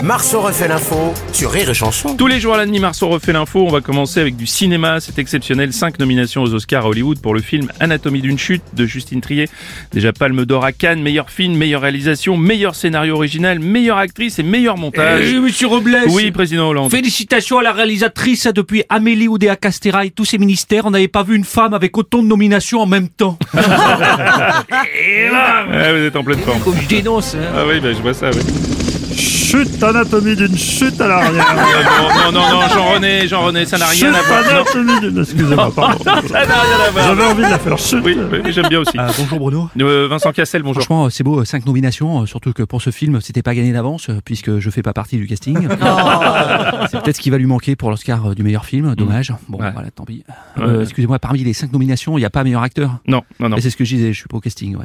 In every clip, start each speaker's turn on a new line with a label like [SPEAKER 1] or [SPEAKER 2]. [SPEAKER 1] Marceau refait l'info sur Rire et Chanson.
[SPEAKER 2] Tous les jours à la demi Marceau refait l'info. On va commencer avec du cinéma. C'est exceptionnel. Cinq nominations aux Oscars à Hollywood pour le film Anatomie d'une chute de Justine Trier. Déjà palme d'or à Cannes, meilleur film, meilleure réalisation, meilleur scénario original, meilleure actrice et meilleur montage.
[SPEAKER 3] Euh, monsieur Robles.
[SPEAKER 2] Eh Oui, président Hollande.
[SPEAKER 3] Félicitations à la réalisatrice depuis Amélie Oudéa Castéra et tous ses ministères. On n'avait pas vu une femme avec autant de nominations en même temps.
[SPEAKER 2] Ah, vous êtes en pleine forme.
[SPEAKER 3] Comme je dénonce. hein.
[SPEAKER 2] Ah oui, bah, je vois ça. oui.
[SPEAKER 4] Chute anatomie d'une chute à l'arrière.
[SPEAKER 2] Ah Non, non, non, non, Jean-René, Jean-René, ça n'a
[SPEAKER 4] Chute
[SPEAKER 2] rien à voir. Non,
[SPEAKER 4] anatomie d'une. Excusez-moi, pardon.
[SPEAKER 2] ça n'a rien à voir.
[SPEAKER 4] J'avais envie de la faire chute.
[SPEAKER 2] Oui, oui, j'aime bien aussi.
[SPEAKER 3] Euh, bonjour Bruno.
[SPEAKER 2] Euh, Vincent Cassel, bonjour.
[SPEAKER 3] Franchement, euh, c'est beau, euh, cinq nominations, euh, surtout que pour ce film, c'était pas gagné d'avance, euh, puisque je fais pas partie du casting. Euh, c'est peut-être ce qui va lui manquer pour l'Oscar euh, du meilleur film, dommage. Bon,
[SPEAKER 2] Ouais.
[SPEAKER 3] voilà, tant pis. Euh, Excusez-moi, parmi les cinq nominations, il n'y a pas meilleur acteur
[SPEAKER 2] Non, non, non.
[SPEAKER 3] Et c'est ce que je disais, je suis pas au casting. ouais.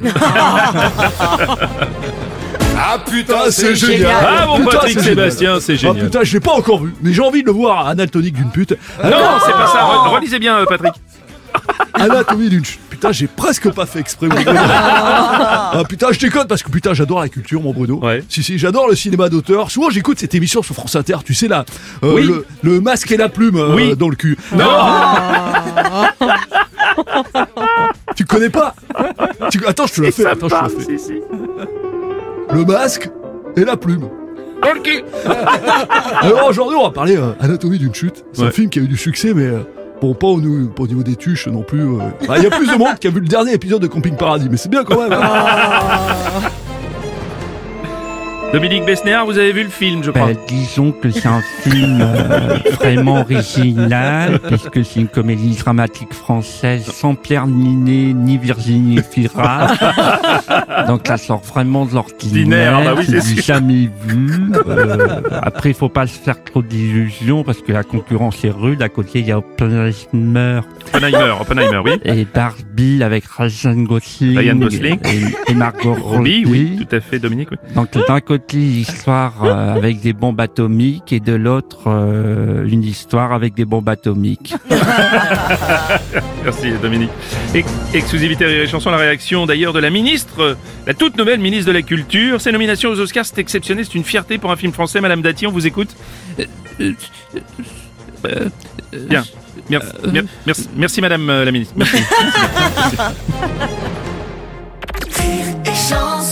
[SPEAKER 5] Ah putain, c'est génial.
[SPEAKER 2] Ah, mon
[SPEAKER 5] Putain,
[SPEAKER 2] Patrick
[SPEAKER 5] c'est
[SPEAKER 2] Sébastien,
[SPEAKER 3] Oh,
[SPEAKER 2] c'est
[SPEAKER 5] Ah
[SPEAKER 2] génial.
[SPEAKER 5] putain, je l'ai pas encore vu, mais j'ai envie de le voir, Anatonique d'une pute.
[SPEAKER 2] Non, c'est pas ça.
[SPEAKER 3] Oh.
[SPEAKER 2] Re- Relisez bien, euh, Patrick.
[SPEAKER 5] Anatomie d'une chute. Putain, j'ai presque pas fait exprès. Bruno. ah putain, je déconne parce que putain, j'adore la culture, mon Bruno.
[SPEAKER 2] Ouais.
[SPEAKER 5] Si si, j'adore le cinéma d'auteur. Souvent, j'écoute cette émission sur France Inter. Tu sais là, euh,
[SPEAKER 2] Oui.
[SPEAKER 5] le, le masque et la plume euh,
[SPEAKER 2] Oui.
[SPEAKER 5] dans le cul.
[SPEAKER 2] Non,
[SPEAKER 5] Tu connais pas Tu- Attends, je te la fais.
[SPEAKER 2] ça
[SPEAKER 5] Attends, je te la
[SPEAKER 2] parle.
[SPEAKER 5] fais.
[SPEAKER 2] Bah, Si, si.
[SPEAKER 5] Le masque et la plume. Alors aujourd'hui, on va parler euh, Anatomie d'une chute. C'est
[SPEAKER 2] Ouais.
[SPEAKER 5] un film qui a eu du succès, mais euh, bon, pas au, nou- pas au niveau des tuches non plus. euh. Ah, Il y a plus de monde qui a vu le dernier épisode de Camping Paradis, mais c'est bien quand même. hein.
[SPEAKER 2] Dominique Besnéard, vous avez vu le film, je crois.
[SPEAKER 5] Ben,
[SPEAKER 6] Bah, disons que c'est un film euh, vraiment original, puisque c'est une comédie dramatique française sans Pierre Ninet ni Virginie Fira. Donc ça sort vraiment de
[SPEAKER 2] Ordinaire,
[SPEAKER 6] l'ordinaire,
[SPEAKER 2] bah oui, c'est
[SPEAKER 6] du jamais vu. Euh, après, il faut pas se faire trop d'illusions, parce que la concurrence est rude. À côté, il y a Oppenheimer
[SPEAKER 2] Oppenheimer, Oppenheimer, oui.
[SPEAKER 6] et Barbie avec Ryan Gosling,
[SPEAKER 2] Ryan Gosling.
[SPEAKER 6] Et, et Margot
[SPEAKER 2] Robbie,
[SPEAKER 6] Robbie.
[SPEAKER 2] oui, Hein tout à fait, Dominique. Oui.
[SPEAKER 6] Donc d'un côté l'histoire euh, avec des bombes atomiques et de l'autre euh, une histoire avec des bombes atomiques.
[SPEAKER 2] Merci, Dominique. Ex- exclusivité Rire et Chanson, la réaction d'ailleurs de la ministre, euh, la toute nouvelle ministre de la Culture. Ses nominations aux Oscars, c'est exceptionnel, c'est une fierté pour un film français. Madame Dati, on vous écoute.
[SPEAKER 5] Euh,
[SPEAKER 2] Bien. Mer- mer- merci, merci, Madame euh, la ministre. Merci.
[SPEAKER 7] et chanson.